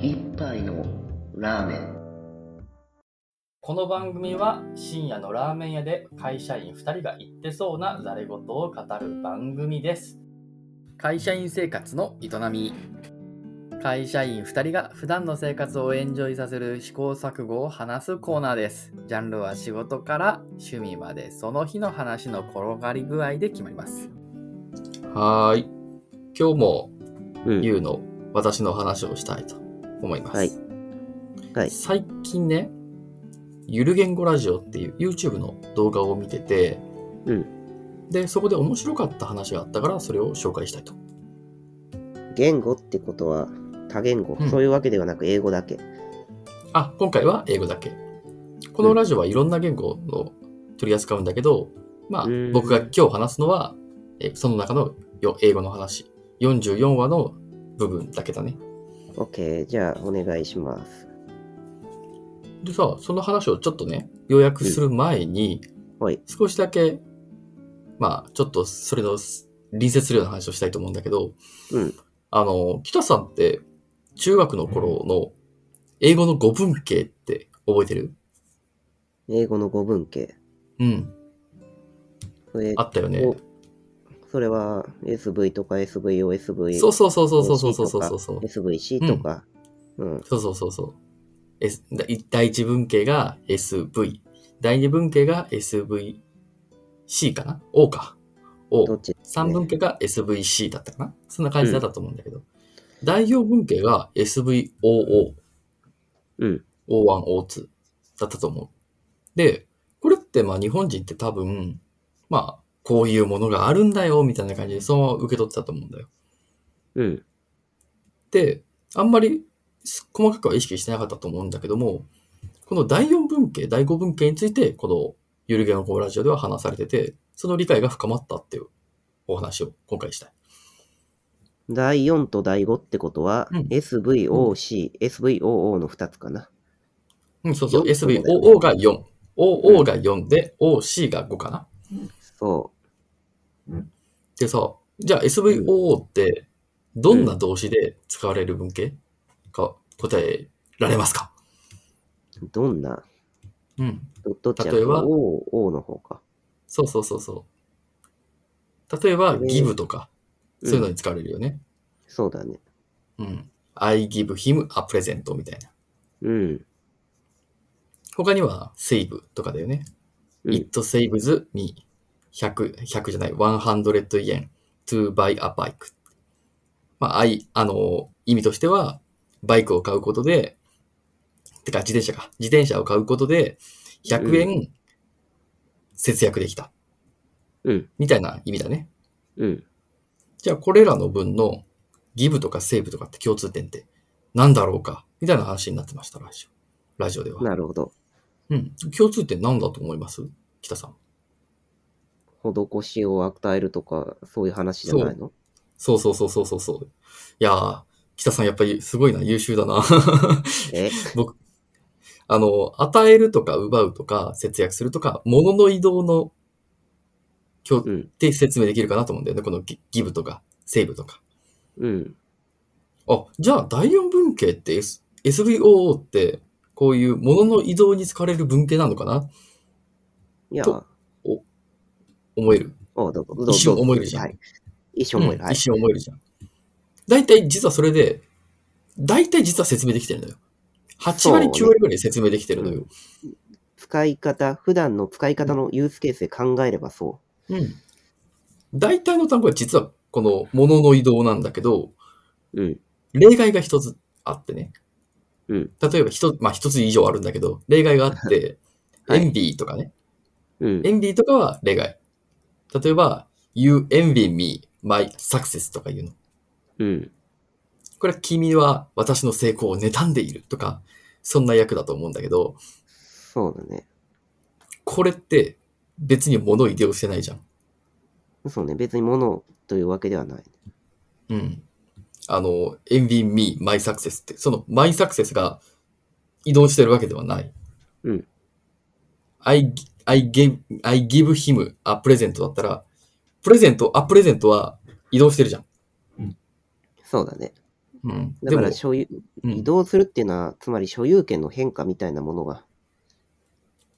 一杯のラーメンこの番組は深夜のラーメン屋で会社員2人が言ってそうなざれ言を語る番組です会社員生活の営み会社員2人が普段の生活をエンジョイさせる試行錯誤を話すコーナーですジャンルは仕事から趣味までその日の話の転がり具合で決まりますはーい今日もうんゆうの私の話をしたいと思います、はいはい最近ねゆる言語ラジオっていう YouTube の動画を見てて、うでそこで面白かった話があったからそれを紹介したいと言語ってことは多言語、うんそういうわけではなく英語だけあ今回は英語だけこのラジオはいろんな言語を取り扱うんだけど、まあうん僕が今日話すのはえーその中のよ英語の話44話の部分だけだね OK じゃあお願いしますでさ、その話をちょっとね、要約する前に、はい少しだけ、まあ、ちょっとそれのす隣接するような話をしたいと思うんだけど、うんあの、北さんって、中学の頃の英語の語文系って覚えてる英語の語文系うん、それあったよねお。それは SV とか SVOSV そうそうそうそうそうそうそうそうそう。 SVC とか、うんそうそうそうそう。S、だ第一文系が SV。第二文系が SVC かな ?O か。O。どっち三文系が SVC だったかなそんな感じだったと思うんだけど。代表文系が SVOO。うん。 O1、O2 だったと思う。で、これってまあ日本人って多分、まあ、こういうものがあるんだよ、みたいな感じで、そのまま受け取ってたと思うんだよ。うんで、あんまりす細かくは意識してなかったと思うんだけども、この第4文系、第5文系について、このゆるげのこうラジオでは話されてて、その理解が深まったっていうお話を今回したい。第4と第5ってことは、うん SVOC、SVOO の2つかな。うん、そうそう。よそうだ SVOO が4。OO が4で、OC が5かな。そでさ、じゃあ SVOO って、どんな動詞で使われる文系か答えられますかう。どんなうん。どどっちや例えば ?OO の方か。そうそうそうそう。例えば、うん give とか、うんそういうのに使われるよね。そうだね。うん。I give him a present みたいな。うん。他には、save とかだよね。うん it saves me 100、100じゃない、100円 to buy a bike。まあ、あい、あの、意味としては、バイクを買うことで、てか自転車か、自転車を買うことで、100円節約できた。うん。みたいな意味だね。うん。じゃあ、これらの文の give とか save とかって共通点って何だろうかみたいな話になってました、ラジオ。ラジオでは。なるほど。うん。共通点何だと思います北さん。施しを与えるとか、そういう話じゃないのそうそうそうそうそうそう。いやー、北さんやっぱりすごいな、優秀だな。 え僕、あの、与えるとか奪うとか節約するとか、物の移動の、今う日っん。て説明できるかなと思うんだよね。このギギブとか、セーブとか。うん。あ、じゃあ第4文系って、S、SVOO って、こういう物の移動に使われる文系なのかないや、と思える。おどうぞどうぞ一瞬思えるじゃんはい。一瞬思える。うんはい一。瞬思えるじゃん。大体実はそれで、大体実は説明できてるのよ。8割、そうね9割ぐらい説明できてるのよ。使い方、普段の使い方のユースケースで考えればそうん。大体の単語は実はこの物の移動なんだけど、う。うん。例外が一つあってね。うん例えば一つ、まあ一つ以上あるんだけど、例外があって、はいエンビーとかね。うん。エンビーとかは例外。例えば、you envy me my success とか言うの。うん。これは君は私の成功を妬んでいるとか、そんな役だと思うんだけど、そうだね。これって別に物を移動してないじゃん。そうね。別に物というわけではない。うん。あの、envy me, my success って、その my success が移動してるわけではない。うん。 I, I, gave, I give him a present だったら、プレゼント、あ、プレゼントは移動してるじゃん。そうだね。うん。だでかもら、所有、うん移動するっていうのは、つまり所有権の変化みたいなものが、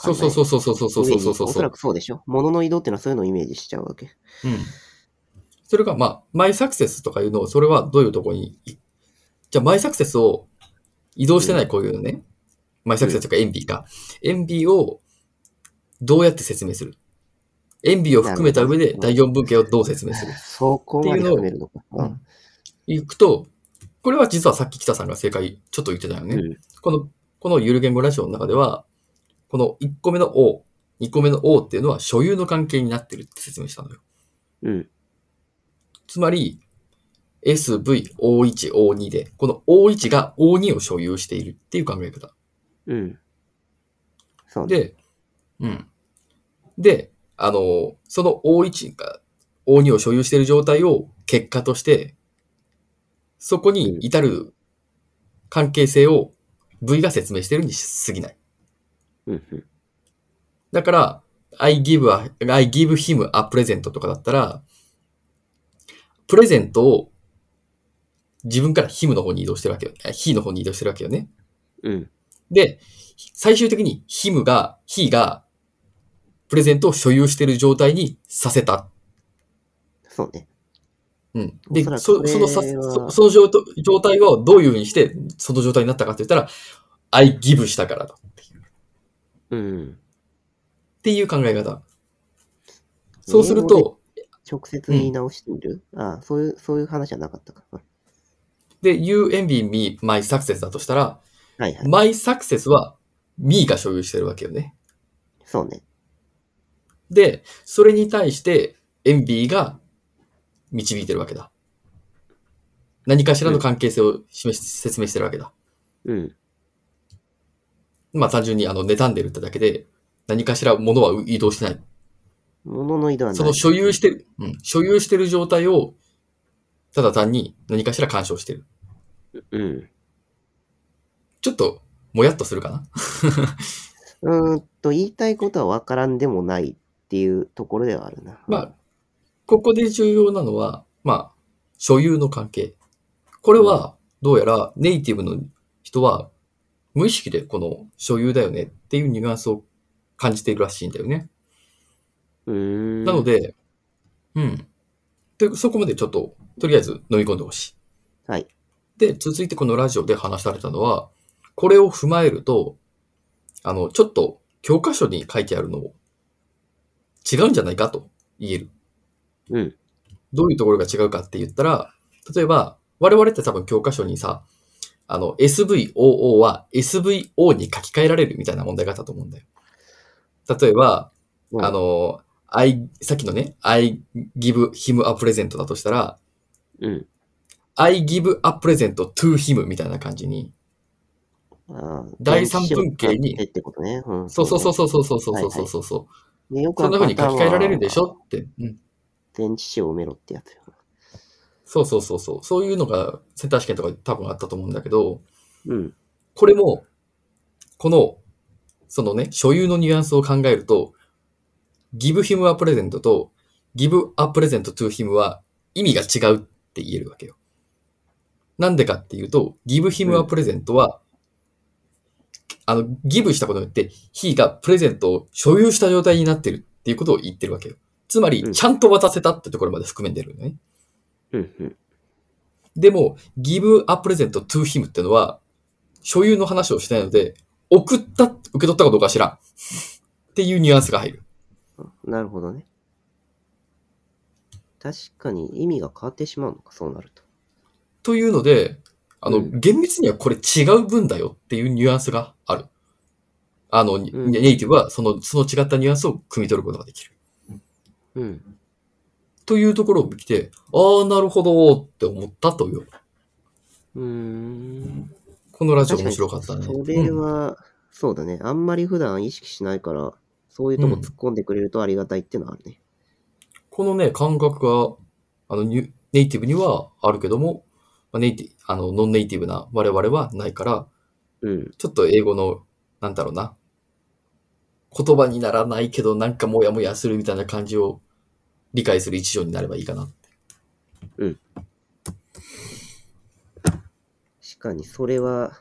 そうそうそうそうそうそうそうそうそうおそそうら。くそうでしょ物の移動っていうのはそういうのをイメージしちゃうわけ。うん。それが、まあ、マイサクセスとかいうのを、それはどういうとこに、いじゃあ、マイサクセスを移動してないこういうのね、マイサクセスとかエンビーか、エンビーをどうやって説明するエンビーを含めた上なるでほど第4文型をどう説明するそこまで含めるのか。うん行くと、これは実はさっき北さんが正解ちょっと言ってたよね。うんこの、このゆる言語ラジオの中では、この1個目の O、2個目の O っていうのは所有の関係になってるって説明したのよ。うん。つまり、SV、O1、O2 で、この O1 が O2 を所有しているっていう考え方。うん。そうね。で、うん。で、あの、その O1 が O2 を所有している状態を結果として、そこに至る関係性を V が説明しているに過ぎない。うんうん。だから、I give, a, I give him a present とかだったら、プレゼントを自分から him の方に移動してるわけよ。あ he の方に移動してるわけよね。うん。で、最終的に him が、he が、プレゼントを所有してる状態にさせた。そうね。うん。で、おそらくそそのさこれはそその状態状態をどういうふうにして、その状態になったかって言ったら、I give したからだ。っうん。ていう考え方。そうすると、直接言い直してみる、ああ、そういう、そういう話じゃなかったか。うんで、you envy me my success だとしたら、はいはい。 my success は me が所有してるわけよね。そうね。で、それに対して envy が導いてるわけだ。何かしらの関係性を示し、説明してるわけだ。うん。まあ単純にあの、妬んでるってだけで、何かしら物は移動してない。物の移動はない。その所有してる、うん、所有してる状態を、ただ単に何かしら干渉してる。うん。ちょっと、もやっとするかなうーんと、言いたいことはわからんでもないっていうところではあるな。まあ、ここで重要なのは、まあ、所有の関係。これは、どうやらネイティブの人は、無意識でこの所有だよねっていうニュアンスを感じているらしいんだよね。うーん。なの、で、うん。で、そこまでちょっと、とりあえず飲み込んでほしい。はい。で、続いてこのラジオで話されたのは、これを踏まえると、あの、ちょっと教科書に書いてあるのを違うんじゃないかと言える。うん。どういうところが違うかって言ったら、例えば、我々って多分教科書にさ、あの、SVOO は SVO に書き換えられるみたいな問題があったと思うんだよ。例えば、うんあ、の、I、さっきのね、I give him a present だとしたら、うん。 I give a present to him みたいな感じに、ああ第三分形電子にを使ってってことね。うん。そうそうそううそうそうそうそうそうそうそう、うね。でよくそんな風に書き換えられるでしょょって、うん。電池子を埋めろってやつよ。そうそうそうそう。そういうのがセンター試験とかで多分あったと思うんだけど、うん。これも、この、そのね、所有のニュアンスを考えると、give him a present と give a present to him は意味が違うって言えるわけよ。なんでかっていうと、give him a present は、あの、give したことによって、he がプレゼントを所有した状態になってるっていうことを言ってるわけよ。つまうり、んちゃんと渡せたってところまで含めてるよね。うん。うん。でも、give a present to him ってのは、所有の話をしてないので、送った、受け取ったかどうか知らん。っていうニュアンスが入る。なるほどね。確かに意味が変わってしまうのか、そうなると。というので、あの、うん厳密にはこれ違う文だよっていうニュアンスがある。あの、にうんネイティブはその、その違ったニュアンスを汲み取ることができる。うん。というところを見て、ああ、なるほどって思ったという。うーん。このラジオ面白かったね。それうんは、そうだね。あんまり普段意識しないから、そういうとこ突っ込んでくれるとありがたいっていうのはあるね。このね、感覚が、あの、ニュネイティブにはあるけども、まあ、ネイティあの、ノンネイティブな我々はないから、うん。ちょっと英語の、なんだろうな、言葉にならないけど、なんかもやもやするみたいな感じを理解する一助になればいいかな。うん。確かにそれは、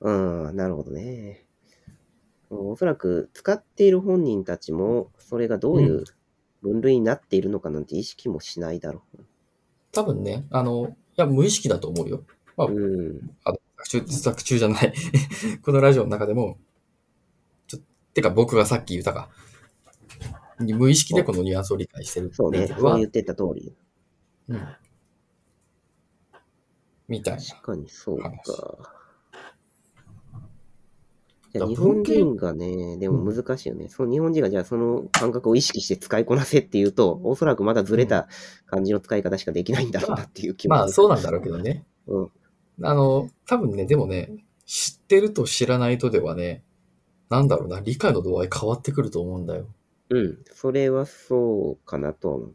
うん、なるほどね。おそらく使っている本人たちも、それがどういう分類になっているのかなんて意識もしないだろ多分ね、あの、いや、無意識だと思うよ。う。うん。作中、作中じゃない。 このラジオの中でも、ちょ、てか僕がさっき言ったか。無意識でこのニュアンスを理解してるってそういね。うのそうは言、ってた通り。うんみたいな。確かにそうか話。じゃあだ日本人がね、でも難しいよね。その日本人がじゃあその感覚を意識して使いこなせっていうと、おそらくまだずれた感じの使い方しかできないんだろうなっていう気もまあする。そうなんだろうけどね。うんあの、多分ね、でもね、知ってると知らないとではね、なんだろうな、理解の度合い変わってくると思うんだよ。うん。それはそうかなとは思う。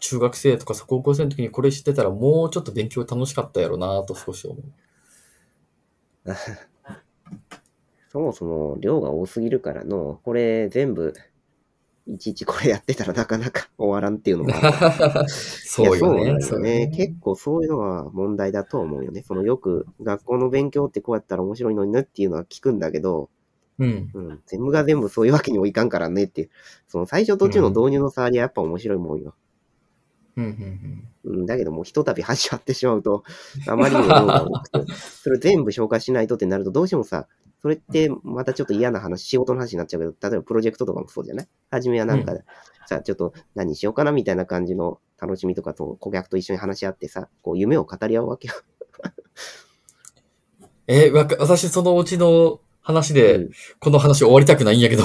中学生とかさ、高校生の時にこれ知ってたらもうちょっと勉強楽しかったやろなと少し 思う。そもそも量が多すぎるからの、これ全部、いちいちこれやってたらなかなか終わらんっていうのがある。そうよいやね。そうなんだよね。結構そういうのは問題だと思うよね。そのよく学校の勉強ってこうやったら面白いのにねっていうのは聞くんだけど、うん。うん、全部が全部そういうわけにもいかんからねっていう、その最初途中の導入の触りはやっぱ面白いもんよ。うん、うん、うん。うん、だけどもうひとたび始まってしまうと、あまりにも量が多くて、それ全部消化しないとってなるとどうしてもさ、それってまたちょっと嫌な話、仕事の話になっちゃうけど、例えばプロジェクトとかもそうじゃない初めはなんか、さ、ちょっと何しようかなみたいな感じの楽しみとかと顧客と一緒に話し合ってさ、こう夢を語り合うわけよ。えわか私そのうちの話うでん、この話終わりたくないんやけど、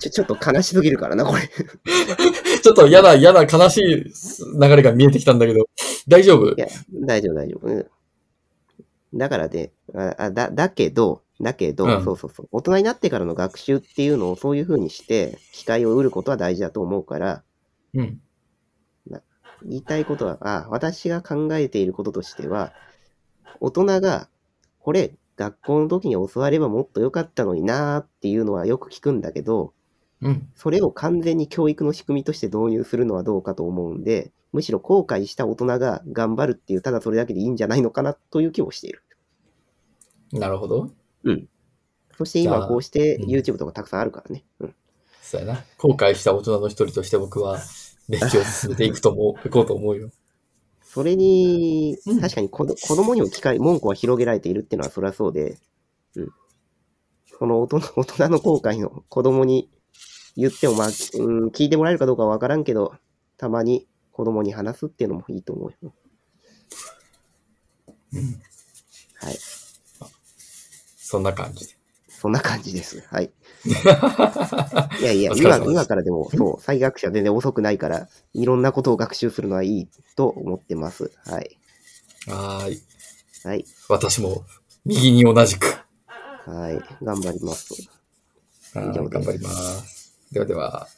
ちょ、ちょっと悲しすぎるからな、これ。ちょっと嫌な、嫌な悲しい流れが見えてきたんだけど、大丈夫いや、大丈夫、大丈夫。うんだからで、ああだだけど、だけど、うんそうそうそう、大人になってからの学習っていうのをそういう風にして、機会を得ることは大事だと思うから、うん。言いたいことは、あ私が考えていることとしては、大人が、これ、学校の時に教わればもっと良かったのになーっていうのはよく聞くんだけど、うん。それを完全に教育の仕組みとして導入するのはどうかと思うんで、むしろ後悔した大人が頑張るっていう、ただそれだけでいいんじゃないのかなという気もしている。なるほど。そしてじゃ今あこうしてうん YouTube とかたくさんあるからね。うん。そうやな。後悔した大人の一人として僕は勉強を進めていくと思う、いこうと思うよ。それにうん、確かに子ど子供にも機会、文句は広げられているっていうのはそりゃそうで、うん。その大人 大人の後悔の子供に言っても、まあ、うん、聞いてもらえるかどうかはわからんけど、たまに子供に話すっていうのもいいと思うよ。はい。そんな感じで。そんな感じです。 はい。いやいや、お疲れ様今です今からでも、そう、再学習は全然遅くないから、いろんなことを学習するのはいいと思ってます。はい。はーい。はい。私も右に同じく。はい。頑張ります。はーい以上です頑張ります。ではでは。